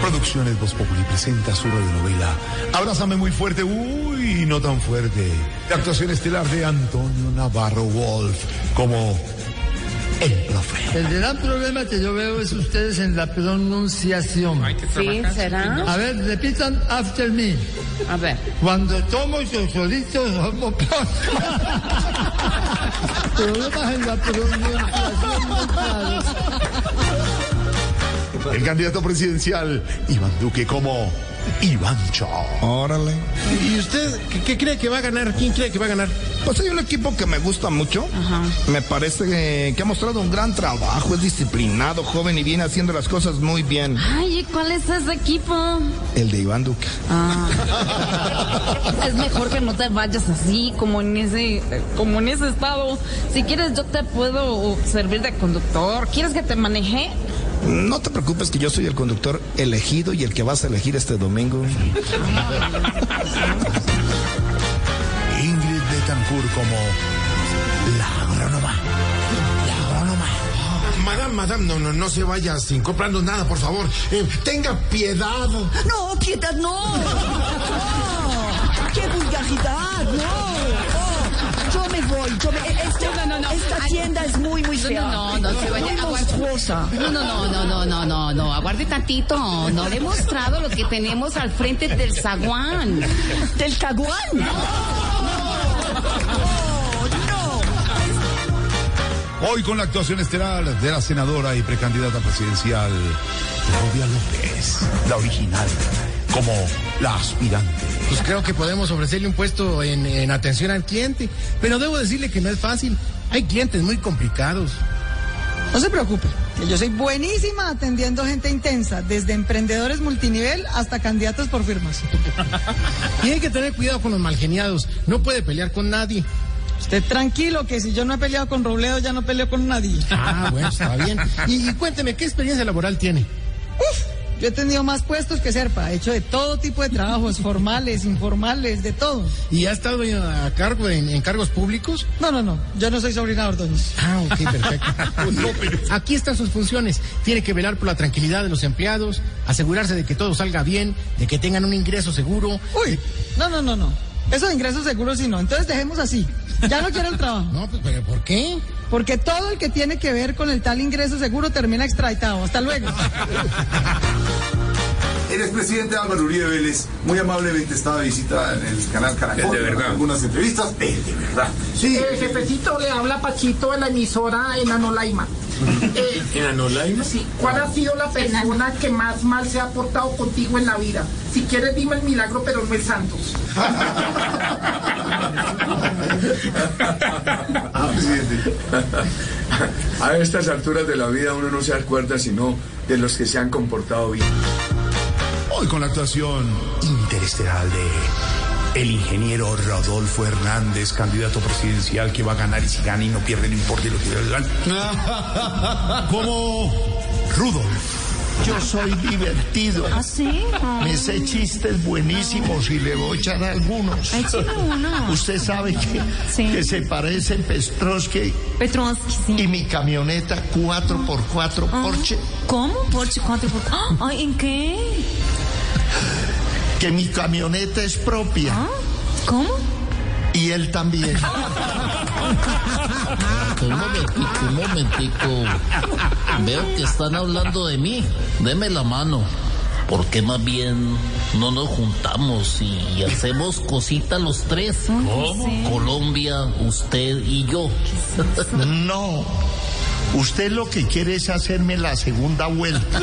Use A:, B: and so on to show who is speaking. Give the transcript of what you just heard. A: Producciones Voz Populi presenta su radionovela Abrázame muy fuerte, uy, no tan fuerte. La actuación estelar de Antonio Navarro Wolf como el profe.
B: El gran problema que yo veo es ustedes en la pronunciación.
C: Sí, será.
B: A ver, repitan after me.
C: A ver.
B: Cuando tomo yo solito, somos Problemas en la pronunciación. muy claros.
A: El candidato presidencial Iván Duque como Ivancho.
D: Órale.
E: ¿Y usted qué, qué cree que va a ganar? ¿Quién cree que va a ganar?
D: Pues hay un equipo que me gusta mucho. Me parece eh, que, que ha mostrado un gran trabajo, es disciplinado, joven y viene haciendo las cosas muy bien.
C: Ay, ¿y cuál es ese equipo?
D: El de Iván Duque.
E: Ah.
C: Es mejor que no te vayas así, como en ese, como en ese estado. Si quieres, yo te puedo servir de conductor. ¿Quieres que te maneje?
D: No te preocupes que yo soy el conductor elegido y el que vas a elegir este domingo.
A: Ingrid Betancourt como la agrónoma. La agrónoma.
E: Madame, madame, no, no, no se vaya sin comprando nada, por favor. Eh, tenga piedad.
F: No, piedad no. No. ¡Qué vulgaridad! No. Oh, yo me voy. Yo me, este-
C: No, no, no.
F: Esta
C: Ay.
F: tienda es muy, muy fea.
C: no, no, no se vaya.
F: Muy
C: Aguanta.
F: monstruosa.
C: No, no, no, no, no, no, no, no. Aguarde tantito. No le he mostrado lo que tenemos al frente del zaguán.
F: Del caguán. No. Oh, No.
A: Hoy con la actuación estelar de la senadora y precandidata presidencial Claudia López, la original, como la aspirante.
E: Pues creo que podemos ofrecerle un puesto en, en atención al cliente. Pero debo decirle que no es fácil. Hay clientes muy complicados.
G: No se preocupe, que yo soy buenísima atendiendo gente intensa, desde emprendedores multinivel hasta candidatos por firmas.
E: Y hay que tener cuidado con los malgeniados. No puede pelear con nadie.
G: Usted tranquilo, que si yo no he peleado con Robledo, ya no peleo con nadie.
E: Ah, bueno, está bien. Y, y cuénteme, ¿qué experiencia laboral tiene?
G: Yo he tenido más puestos que Serpa, he hecho de todo tipo de trabajos, formales, informales, de todo.
E: ¿Y ha estado en- a cargo en, en cargos públicos?
G: No, no, no, yo no soy sobrina de Ordóñez.
E: Ah, ok, perfecto. No, pero Aquí están sus funciones. Tiene que velar por la tranquilidad de los empleados, asegurarse de que todo salga bien, de que tengan un ingreso seguro.
G: Uy, no, no, no, no. Eso de ingresos seguros sí no, entonces dejemos así. Ya no quiero el trabajo,
E: No, pues, pero ¿por qué?
G: porque todo el que tiene que ver con el tal ingreso seguro termina extraditado. Hasta luego.
H: El expresidente Álvaro Uribe Vélez muy amablemente estaba de visita en el canal Caracol.
I: El de verdad.
H: en Algunas entrevistas. El de verdad. Sí.
J: El jefecito le habla a Pachito de la emisora en Anolaima. Eh,
I: ¿En Anolaima?
J: sí, ¿Cuál ha sido la persona que más mal se ha portado contigo en la vida? Si quieres dime el milagro, pero no el Santos.
H: Ah, presidente.
I: A estas alturas de la vida uno no se acuerda sino de los que se han comportado bien.
A: Hoy con la actuación interestelar de el ingeniero Rodolfo Hernández, candidato presidencial que va a ganar y si gana y no pierde, no importa y lo que gana. Como Rudolf.
K: Yo soy divertido.
C: ¿Ah, sí?
K: Me sé chistes buenísimos y le voy a echar algunos. Usted sabe que,
C: Sí.
K: que se parecen Pestrosky
C: Petronsky,
K: y mi camioneta 4x4 Porsche,
C: Ah, ¿Cómo? Porsche 4x4. Ay, ¿en qué?
K: que mi camioneta es propia
C: Ah, ¿Cómo?
K: y él también.
J: Un momentico, un momentico. Veo que están hablando de mí. Deme la mano. ¿Por qué más bien no nos juntamos y hacemos cositas los tres? Colombia, usted y yo.
K: No. Usted lo que quiere es hacerme la segunda vuelta.